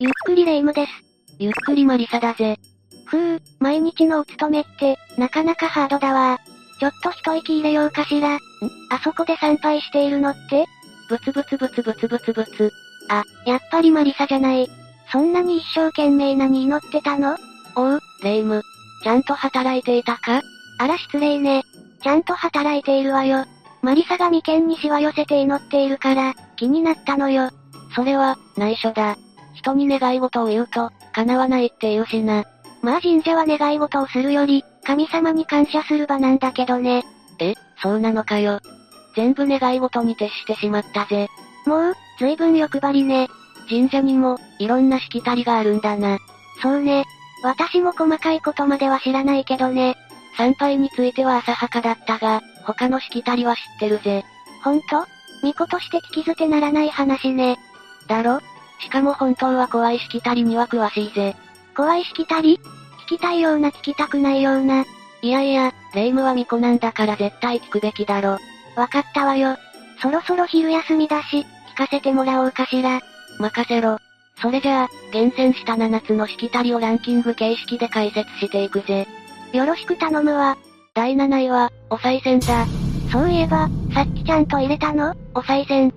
ゆっくりレ夢ムです。ゆっくりマリサだぜ。ふう、毎日のお勤めって、なかなかハードだわちょっと一息入れようかしら。んあそこで参拝しているのってブツブツブツブツブツブツ。あ、やっぱりマリサじゃない。そんなに一生懸命何祈ってたのおう、レイム。ちゃんと働いていたかあら失礼ね。ちゃんと働いているわよ。マリサが眉間にしわ寄せて祈っているから、気になったのよ。それは、内緒だ。人に願い事を言うと、叶わないって言うしな。まあ神社は願い事をするより、神様に感謝する場なんだけどね。え、そうなのかよ。全部願い事に徹してしまったぜ。もう、随分欲張りね。神社にも、いろんなしきたりがあるんだな。そうね。私も細かいことまでは知らないけどね。参拝については浅はかだったが、他のしきたりは知ってるぜ。ほんと巫女として聞き捨てならない話ね。だろしかも本当は怖いしきたりには詳しいぜ。怖いしきたり聞きたいような聞きたくないような。いやいや、霊夢は巫女なんだから絶対聞くべきだろ。わかったわよ。そろそろ昼休みだし、聞かせてもらおうかしら。任せろ。それじゃあ、厳選した7つのしきたりをランキング形式で解説していくぜ。よろしく頼むわ。第7位は、お賽銭だ。そういえば、さっきちゃんと入れたのお賽銭。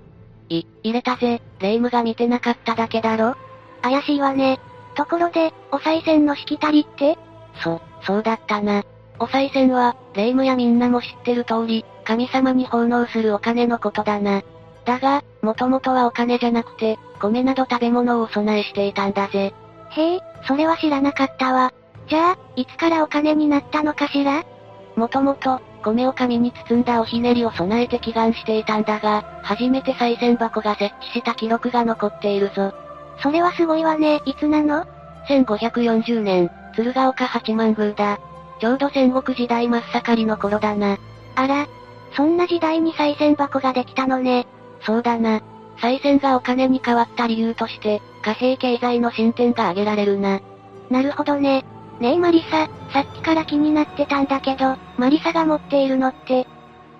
い、入れたぜ。霊夢が見てなかっただけだろ。怪しいわね。ところで、お賽銭のしきたりってそ、そうだったな。お賽銭は、霊夢やみんなも知ってる通り、神様に奉納するお金のことだな。だが、もともとはお金じゃなくて、米など食べ物をお供えしていたんだぜ。へえ、それは知らなかったわ。じゃあ、いつからお金になったのかしらもともと、米を紙に包んだおひねりを備えて祈願していたんだが、初めて賽銭箱が設置した記録が残っているぞ。それはすごいわね。いつなの1540年、鶴岡八幡宮だ。ちょうど戦国時代真っ盛りの頃だな。あら、そんな時代に賽銭箱ができたのね。そうだな。賽銭がお金に変わった理由として、貨幣経済の進展が挙げられるな。なるほどね。ねえマリサ、さっきから気になってたんだけど、マリサが持っているのって、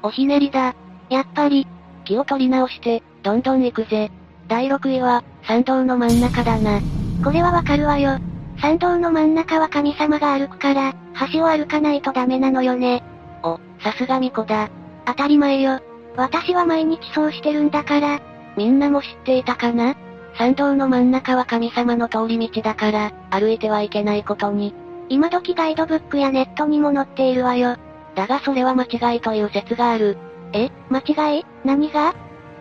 おひねりだ。やっぱり、気を取り直して、どんどん行くぜ。第6位は、参道の真ん中だな。これはわかるわよ。参道の真ん中は神様が歩くから、橋を歩かないとダメなのよね。お、さすが巫女だ。当たり前よ。私は毎日そうしてるんだから、みんなも知っていたかな参道の真ん中は神様の通り道だから、歩いてはいけないことに。今時ガイドブックやネットにも載っているわよ。だがそれは間違いという説がある。え、間違い何が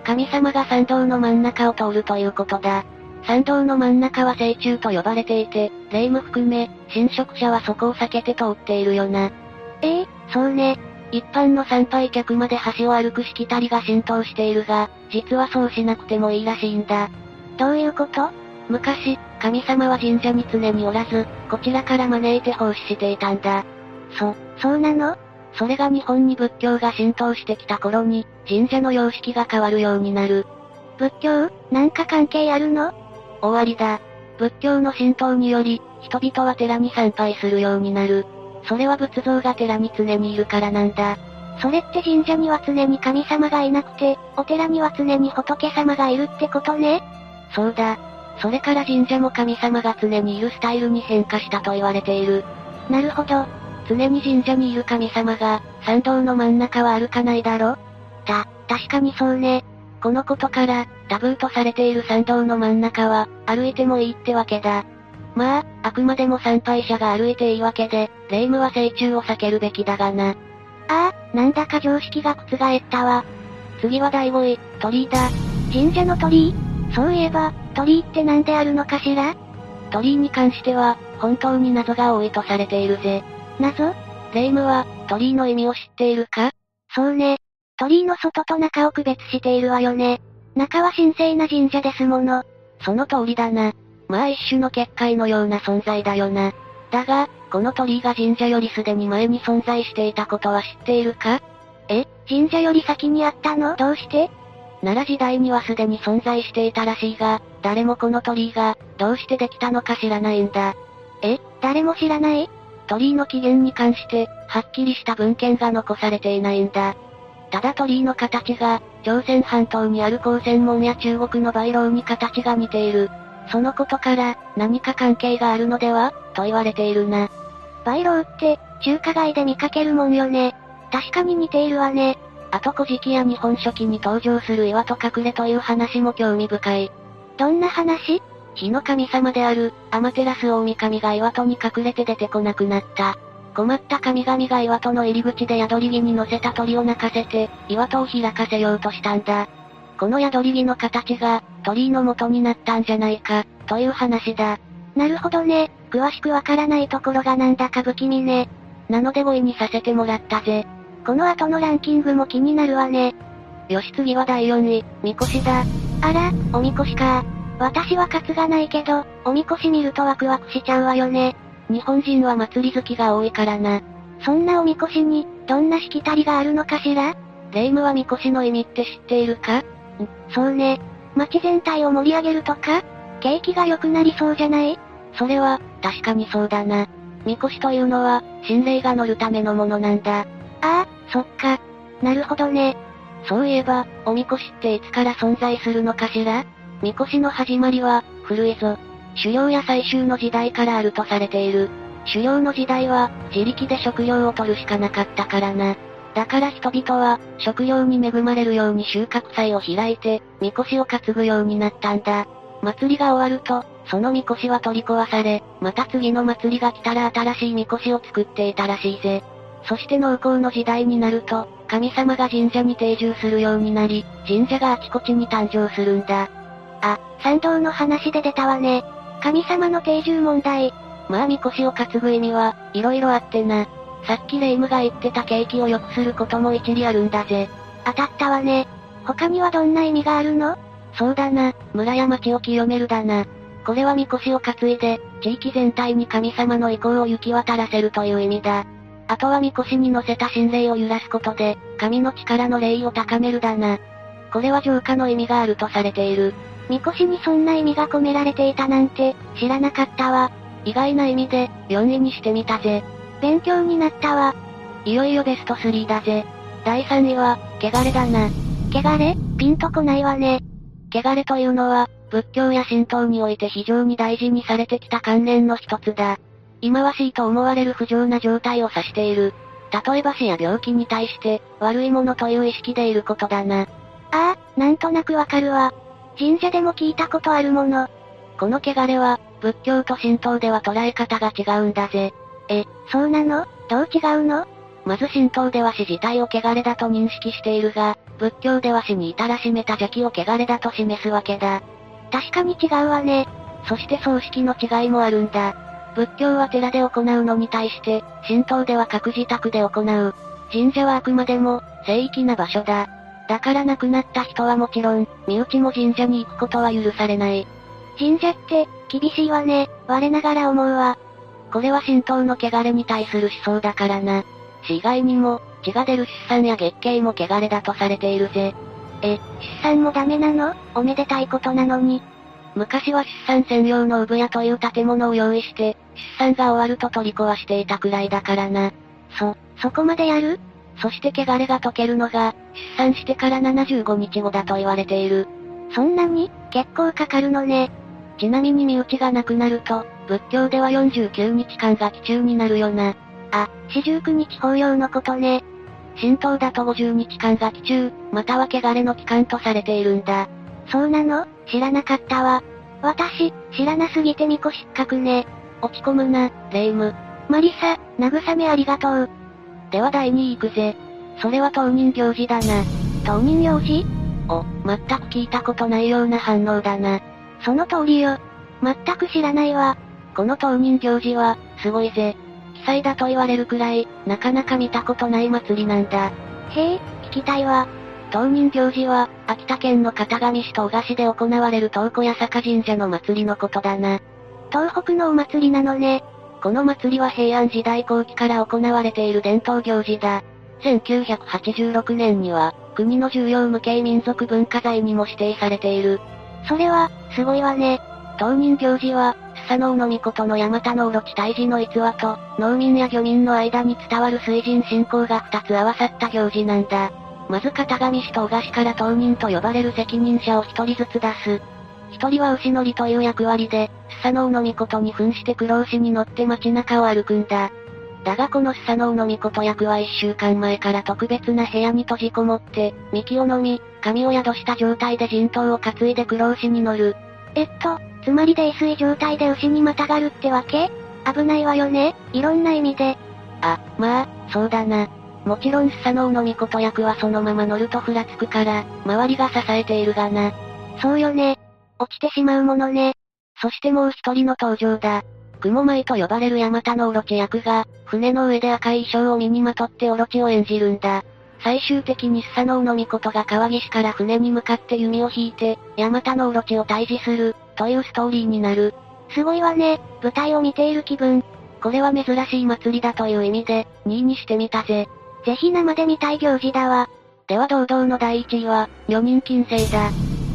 神様が参道の真ん中を通るということだ。参道の真ん中は聖中と呼ばれていて、霊夢含め、侵食者はそこを避けて通っているよな。ええそうね。一般の参拝客まで橋を歩くしきたりが浸透しているが、実はそうしなくてもいいらしいんだ。どういうこと昔、神様は神社に常におらず、こちらから招いて奉仕していたんだ。そ、そうなのそれが日本に仏教が浸透してきた頃に、神社の様式が変わるようになる。仏教なんか関係あるの終わりだ。仏教の浸透により、人々は寺に参拝するようになる。それは仏像が寺に常にいるからなんだ。それって神社には常に神様がいなくて、お寺には常に仏様がいるってことね。そうだ。それから神社も神様が常にいるスタイルに変化したと言われている。なるほど。常に神社にいる神様が、参道の真ん中は歩かないだろた、確かにそうね。このことから、タブーとされている参道の真ん中は、歩いてもいいってわけだ。まあ、あくまでも参拝者が歩いていいわけで、霊夢は聖中を避けるべきだがな。ああ、なんだか常識が覆ったわ。次は第5位、鳥居だ。神社の鳥居そういえば、鳥居ってなんであるのかしら鳥居に関しては、本当に謎が多いとされているぜ。謎霊夢は、鳥居の意味を知っているかそうね。鳥居の外と中を区別しているわよね。中は神聖な神社ですもの。その通りだな。まあ一種の結界のような存在だよな。だが、この鳥居が神社よりすでに前に存在していたことは知っているか神社より先にあったのどうして奈良時代にはすでに存在していたらしいが、誰もこの鳥居が、どうしてできたのか知らないんだ。誰も知らない鳥居の起源に関して、はっきりした文献が残されていないんだ。ただ鳥居の形が、朝鮮半島にある光線門や中国の梅楼に形が似ている。そのことから、何か関係があるのではと言われているな。売楼って、中華街で見かけるもんよね。確かに似ているわね。あと古事記や日本書紀に登場する岩と隠れという話も興味深い。どんな話火の神様である、アマテラス大神が岩戸に隠れて出てこなくなった。困った神々が岩戸の入り口で宿り木に乗せた鳥を泣かせて、岩戸を開かせようとしたんだ。この宿り木の形が、鳥居の元になったんじゃないか、という話だ。なるほどね。詳しくわからないところがなんだか不気味ね。なので5位にさせてもらったぜ。この後のランキングも気になるわね。よし次は第4位、みこしだ。あら、おみこしか。私は担がないけど、おみこし見るとワクワクしちゃうわよね。日本人は祭り好きが多いからな。そんなおみこしに、どんなしきたりがあるのかしら霊夢はみこしの意味って知っているかそうね。街全体を盛り上げるとか景気が良くなりそうじゃないそれは、確かにそうだな。みこしというのは、心霊が乗るためのものなんだ。ああ、そっか。なるほどね。そういえば、おみこしっていつから存在するのかしらみこしの始まりは、古いぞ。狩猟や採集の時代からあるとされている。狩猟の時代は、自力で食料を取るしかなかったからな。だから人々は、食料に恵まれるように収穫祭を開いて、みこしを担ぐようになったんだ。祭りが終わると、そのみこしは取り壊され、また次の祭りが来たら新しいみこしを作っていたらしいぜ。そして農耕の時代になると、神様が神社に定住するようになり、神社があちこちに誕生するんだ。あ、参道の話で出たわね。神様の定住問題。まあ、みこしを担ぐ意味は、色々あってな。さっきレイムが言ってた景気を良くすることも一理あるんだぜ。当たったわね。他にはどんな意味があるのそうだな、村や町を清めるだな。これはみこしを担いで、地域全体に神様の意向を行き渡らせるという意味だ。あとはみこしに乗せた心霊を揺らすことで、神の力の霊を高めるだな。これは浄化の意味があるとされている。みこしにそんな意味が込められていたなんて、知らなかったわ。意外な意味で、4位にしてみたぜ。勉強になったわ。いよいよベスト3だぜ。第3位は、汚れだな。汚れピンとこないわね。汚れというのは、仏教や神道において非常に大事にされてきた関連の一つだ。忌まわしいと思われる不浄な状態を指している。例えば死や病気に対して、悪いものという意識でいることだな。ああ、なんとなくわかるわ。神社でも聞いたことあるもの。この汚れは、仏教と神道では捉え方が違うんだぜ。え、そうなのどう違うのまず神道では死自体を汚れだと認識しているが、仏教では死に至らしめた邪気を汚れだと示すわけだ。確かに違うわね。そして葬式の違いもあるんだ。仏教は寺で行うのに対して、神道では各自宅で行う。神社はあくまでも、聖域な場所だ。だから亡くなった人はもちろん、身内も神社に行くことは許されない。神社って、厳しいわね、我ながら思うわ。これは神道の汚れに対する思想だからな。死以外にも、血が出る出産や月経も汚れだとされているぜ。え、出産もダメなのおめでたいことなのに。昔は出産専用の産屋という建物を用意して、出産が終わると取り壊していたくらいだからな。そ、そこまでやるそして汚れが解けるのが、出産してから75日後だと言われている。そんなに結構かかるのね。ちなみに身内が亡くなると、仏教では49日間が期中になるよな。あ、四十九日法要のことね。神道だと50日間が期中、または汚れの期間とされているんだ。そうなの知らなかったわ。私、知らなすぎてみこ失格ね。落ち込むな、霊夢。マリサ、慰めありがとう。では第2位行くぜ。それは当人行事だな。当人行事お、全く聞いたことないような反応だな。その通りよ。全く知らないわ。この当人行事は、すごいぜ。奇祭だと言われるくらい、なかなか見たことない祭りなんだ。へえ、聞きたいわ。当人行事は、秋田県の片上市と小賀市で行われる東湖八坂神社の祭りのことだな。東北のお祭りなのね。この祭りは平安時代後期から行われている伝統行事だ。1986年には、国の重要無形民族文化財にも指定されている。それは、すごいわね。当人行事は、スサノオノミコトの山田のオロチ退治の逸話と、農民や漁民の間に伝わる水神信仰が2つ合わさった行事なんだ。まず片上市と小賀市から当人と呼ばれる責任者を1人ずつ出す。一人は牛乗りという役割で、スサノオノミコトに扮して黒牛に乗って街中を歩くんだ。だがこのスサノオノミコト役は一週間前から特別な部屋に閉じこもって、幹を飲み、髪を宿した状態で人頭を担いで黒牛に乗る。えっと、つまり泥酔状態で牛にまたがるってわけ危ないわよね、いろんな意味で。あ、まあ、そうだな。もちろんスサノオノミコト役はそのまま乗るとふらつくから、周りが支えているがな。そうよね。落ちてしまうものね。そしてもう一人の登場だ。雲舞と呼ばれるヤマタのオロチ役が、船の上で赤い衣装を身にまとってオロチを演じるんだ。最終的にスサノオノミコトが川岸から船に向かって弓を引いて、ヤマタのオロチを退治する、というストーリーになる。すごいわね、舞台を見ている気分。これは珍しい祭りだという意味で、2位にしてみたぜ。ぜひ生で見たい行事だわ。では堂々の第1位は、女人禁制だ。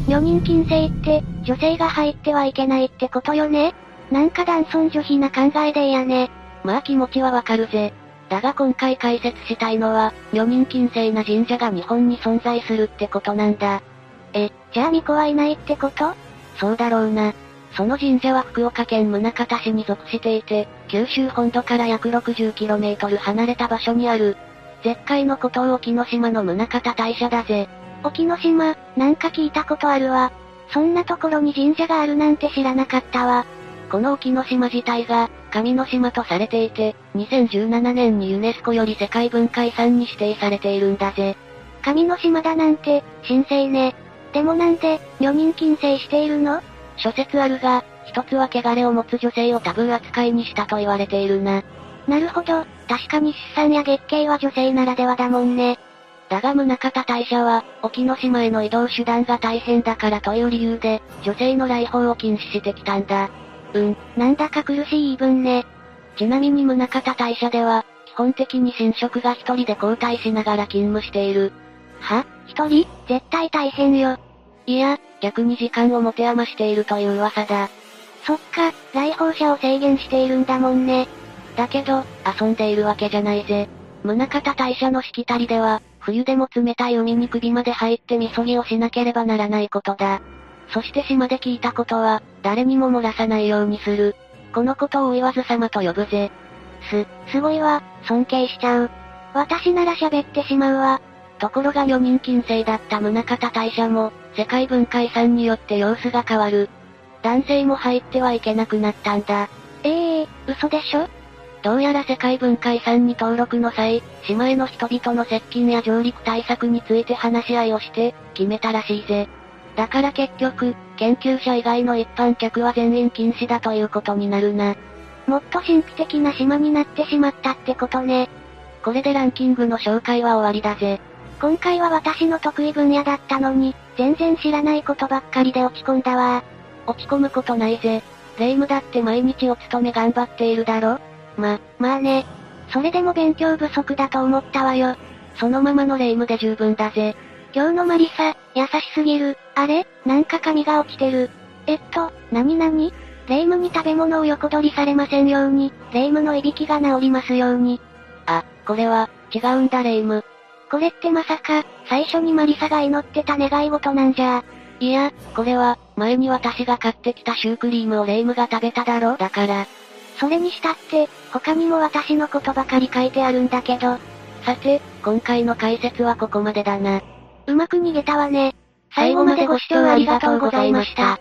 女人禁制って、女性が入ってはいけないってことよねなんか男尊女卑な考えでやね。まあ気持ちはわかるぜ。だが今回解説したいのは、女人禁制な神社が日本に存在するってことなんだ。じゃあ巫女はいないってことそうだろうな。その神社は福岡県宗像市に属していて、九州本土から約 60km 離れた場所にある。絶海の孤島沖ノ島の宗像大社だぜ。沖ノ島、なんか聞いたことあるわ。そんなところに神社があるなんて知らなかったわ。この沖ノ島自体が、神の島とされていて、2017年にユネスコより世界文化遺産に指定されているんだぜ。神の島だなんて、神聖ね。でもなんで、女人禁制しているの諸説あるが、一つは汚れを持つ女性をタブー扱いにしたと言われているな。なるほど、確かに出産や月経は女性ならではだもんね。だが宗像大社は、沖ノ島への移動手段が大変だからという理由で、女性の来訪を禁止してきたんだ。なんだか苦しい言い分ね。ちなみに宗像大社では、基本的に神職が一人で交代しながら勤務している。は一人絶対大変よ。いや、逆に時間を持て余しているという噂だ。そっか、来訪者を制限しているんだもんね。だけど、遊んでいるわけじゃないぜ。宗像大社のしきたりでは、冬でも冷たい海に首まで入ってみそぎをしなければならないことだ。そして島で聞いたことは、誰にも漏らさないようにする。このことをお言わず様と呼ぶぜ。す、すごいわ、尊敬しちゃう。私なら喋ってしまうわ。ところが女人禁制だった宗像大社も、世界文化遺産によって様子が変わる。男性も入ってはいけなくなったんだ。ええ嘘でしょどうやら世界文化遺産に登録の際、島への人々の接近や上陸対策について話し合いをして、決めたらしいぜ。だから結局、研究者以外の一般客は全員禁止だということになるな。もっと神秘的な島になってしまったってことね。これでランキングの紹介は終わりだぜ。今回は私の得意分野だったのに、全然知らないことばっかりで落ち込んだわ。落ち込むことないぜ。霊夢だって毎日お勤め頑張っているだろま、まあね。それでも勉強不足だと思ったわよ。そのままの霊夢で十分だぜ。今日のマリサ、優しすぎる。あれなんか髪が落ちてる。えっと、なになに霊夢に食べ物を横取りされませんように、霊夢のいびきが治りますように。あ、これは、違うんだ霊夢。これってまさか、最初にマリサが祈ってた願い事なんじゃ。いや、これは、前に私が買ってきたシュークリームを霊夢が食べただろだから。それにしたって、他にも私のことばかり書いてあるんだけど、さて、今回の解説はここまでだな。うまく逃げたわね。最後までご視聴ありがとうございました。